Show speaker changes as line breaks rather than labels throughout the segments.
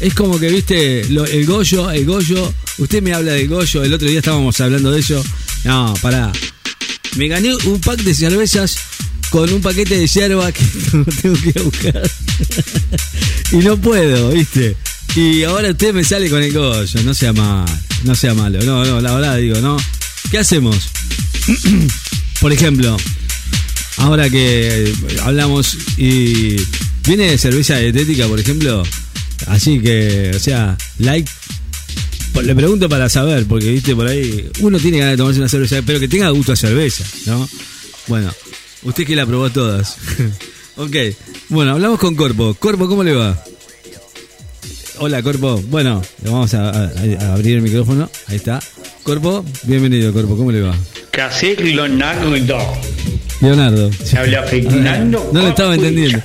Es como que, viste, lo- el Goyo, el Goyo. Usted me habla del Goyo, el otro día estábamos hablando de ello. No, pará. Me gané un pack de cervezas con un paquete de yerba que tengo que ir a buscar. y no puedo, viste. Y ahora usted me sale con el Goyo. No sea malo, no sea malo. No, no, la verdad digo, no. ¿Qué hacemos? Por ejemplo, Ahora que hablamos y viene cerveza dietética, por ejemplo, así que, o sea, like. Le pregunto para saber, porque viste por ahí, uno tiene ganas de tomarse una cerveza, pero que tenga gusto a cerveza, ¿no? Bueno, usted que la probó todas. ok, bueno, hablamos con Corpo. Corpo, ¿cómo le va? Hola, Corpo. Bueno, le vamos a, a- a abrir el micrófono. Ahí está. Corpo, bienvenido, Corpo. ¿Cómo le va?
Cacique Leonardo.
Leonardo.
Se habla Fernando.
No lo estaba
Corpucha.
entendiendo.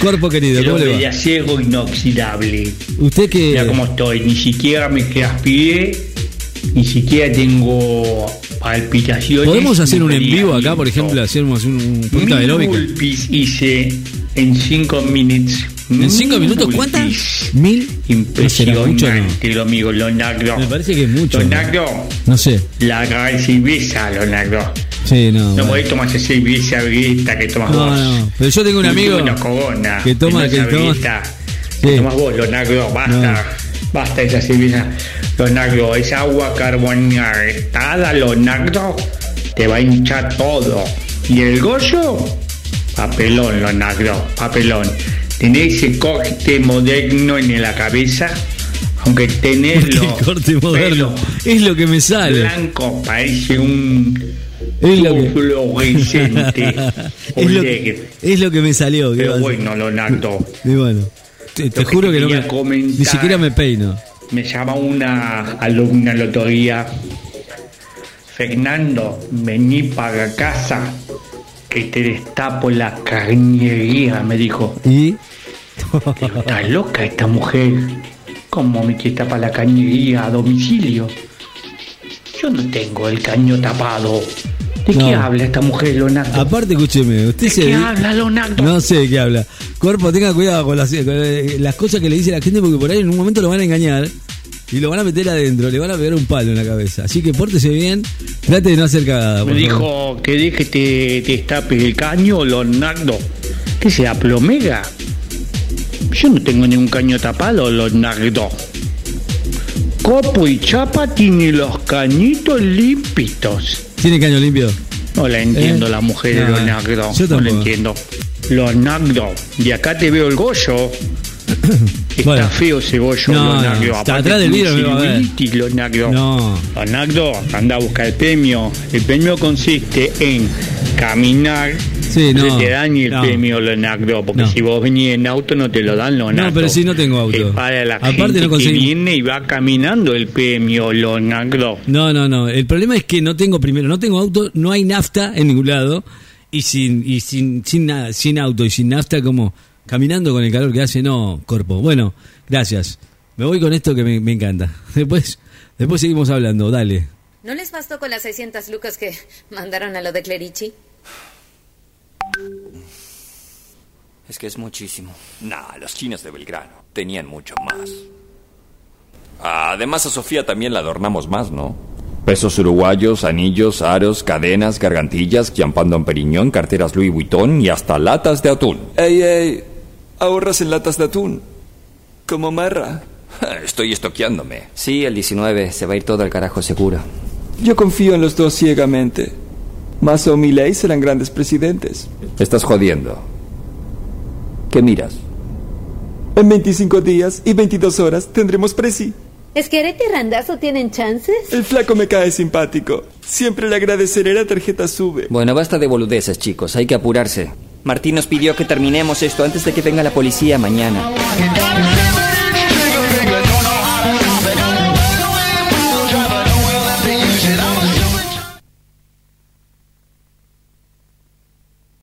Cuerpo querido,
El
¿cómo
hombre de
le va?
acero inoxidable.
Usted
Mira
que.
cómo estoy. Ni siquiera me transpiré. Ni siquiera tengo palpitaciones.
¿Podemos hacer
ni
un en vivo acá,
enfriamiento.
por ejemplo? Hacemos un, un punto
Mil
aeróbico.
burpees hice en 5 minutos.
¿En cinco minutos cuántas?
cuántas?
¿Mil? No será mucho, no.
Impresionante, lo amigo Leonardo.
Me parece que es mucho.
Leonardo,
No sé.
la gran cerveza, Leonardo.
Sí, no.
No
bueno.
podés tomar esa cerveza grita que tomas
No,
vos.
no, pero yo tengo un
Y
amigo
Una corona.
que toma-
esa
que toma-
grita
Sí.
que tomás vos, Leonardo. Basta. Basta esa cerveza. Leonardo, esa agua carbonatada, Leonardo, te va a hinchar todo. Y el gozo, papelón, Leonardo, papelón. Tenés ese corte moderno en la cabeza, aunque tenerlo.
Qué corte moderno.
pelo
Es lo que me sale.
Blanco parece un
Es lo que-
fluorescente.
es, lo,
Olegre.
es lo que me salió. ¿qué va
Pero
a ser?
bueno, Leonardo,
Y bueno. Te, te
Lo que
juro que no
quería
me.
comentar-
Ni siquiera me peino.
me llama una alumna el otro día. Fernando, vení para casa que te destapo la carnicería, me dijo.
Y.
Pero está loca esta mujer. ¿Cómo me quiere tapar la cañería a domicilio? Yo no tengo el caño tapado. ¿De qué
No.
habla esta mujer, Leonardo?
Aparte, escúcheme. Usted se.
¿Qué
di-
habla, Leonardo?
No sé de qué habla. Cuerpo, tenga cuidado con las, con, eh, las cosas que le dice la gente porque por ahí en un momento lo van a engañar y lo van a meter adentro, le van a pegar un palo en la cabeza. Así que pórtese bien, trate de no hacer cagada. por
Me
favor.
dijo que deje te, te estape el caño, Leonardo. ¿Qué sea, plomega? Yo no tengo ningún caño tapado, Leonardo. Copo y Chapa tiene los cañitos limpitos.
¿Tiene caño limpio?
No la entiendo
¿Eh?
la mujer de
No,
Leonardo.
yo
no la
tampoco.
entiendo. Leonardo, de acá te veo el goyo. Está
Bueno.
feo ese goyo,
No,
Leonardo.
no, está
Aparte
atrás del
tiene
vidrio, me va a ver.
celulitis, Leonardo.
No.
Leonardo, anda a buscar el premio. El premio consiste en caminar.
Sí, no,
se te dan el
no.
premio, Leonardo. Porque
No.
si vos venís en auto, no te lo dan, Leonardo.
No, pero si no tengo auto.
Es para la
Aparte
gente
no conseguí-
que viene y va caminando el premio, Leonardo.
No, no, no. El problema es que no tengo primero, no tengo auto, no hay nafta en ningún lado y sin y sin sin nada, sin auto y sin nafta como caminando con el calor que hace, no, corpo. Bueno, gracias. Me voy con esto que me, me encanta. Después después seguimos hablando, dale.
¿No les bastó con las 600 lucas que mandaron a lo de Clerici?
Es que es muchísimo. Nah, los chinos de Belgrano tenían mucho más. Además a Sofía también la adornamos más, ¿no? Pesos uruguayos, anillos, aros, cadenas, gargantillas, champán Don Periñón, carteras Louis Vuitton y hasta latas de atún. ¡Ey, ey! Ahorras en latas de atún. Como marra. Estoy estoqueándome.
Sí, el 19 se va a ir todo al carajo seguro.
Yo confío en los dos ciegamente. Massa o Milei serán grandes presidentes.
Estás jodiendo. ¿Qué miras?
En 25 días y 22 horas tendremos presi.
¿Es que Arete y Randazo tienen chances?
El flaco me cae simpático. Siempre le agradeceré la tarjeta sube.
Bueno, basta de boludeces, chicos, hay que apurarse. Martín nos pidió que terminemos esto antes de que venga la policía mañana.